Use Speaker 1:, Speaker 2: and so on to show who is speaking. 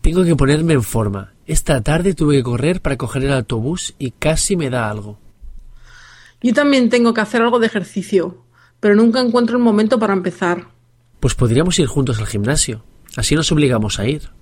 Speaker 1: Tengo que ponerme en forma. Esta tarde tuve que correr para coger el autobús y casi me da algo.
Speaker 2: Yo también tengo que hacer algo de ejercicio, pero nunca encuentro el momento para empezar.
Speaker 1: Pues podríamos ir juntos al gimnasio. Así nos obligamos a ir.